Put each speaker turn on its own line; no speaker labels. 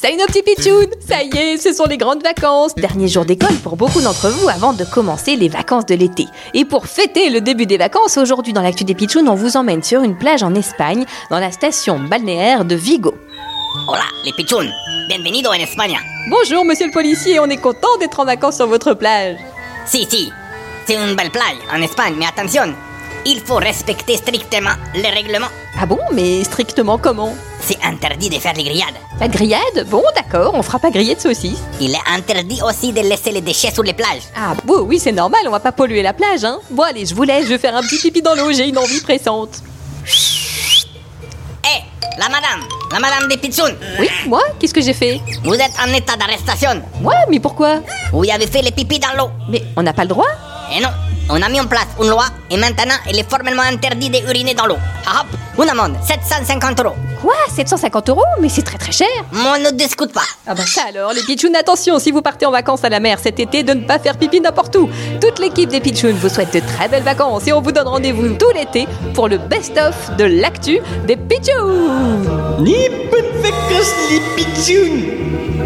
Salut nos petits pitchouns Ça y est, ce sont les grandes vacances Dernier jour d'école pour beaucoup d'entre vous avant de commencer les vacances de l'été. Et pour fêter le début des vacances, aujourd'hui dans l'actu des pitchouns, on vous emmène sur une plage en Espagne, dans la station balnéaire de Vigo.
Hola, les pitchouns. Bienvenido en España.
Bonjour monsieur le policier, on est content d'être en vacances sur votre plage
Si, si. C'est une belle plage en Espagne, mais attention, il faut respecter strictement les règlements.
Ah bon, mais strictement comment
C'est interdit de faire les grillades.
La grillade Bon d'accord, on fera pas griller de saucisses.
Il est interdit aussi de laisser les déchets sur les plages.
Ah bon, oui c'est normal, on va pas polluer la plage hein Bon allez, je vous laisse, je vais faire un petit pipi dans l'eau, j'ai une envie pressante.
Eh, la madame, la madame des pitchouns,
Oui, moi Qu'est-ce que j'ai fait
vous êtes en état d'arrestation.
Moi Mais pourquoi
Vous avez fait les pipis dans l'eau.
Mais on n'a pas le droit
Et non, on a mis en place une loi et maintenant il est formellement interdit d'uriner dans l'eau. Ah, hop, une amende, 750 euros.
Quoi 750 euros Mais c'est très très cher
Moi, on ne discute pas.
Ah bah ça alors, les pitchouns, attention si vous partez en vacances à la mer cet été, de ne pas faire pipi n'importe où. Toute l'équipe des pitchouns vous souhaite de très belles vacances et on vous donne rendez-vous tout l'été pour le best-of de l'actu des pitchouns
Ni bonne vacances les pitchouns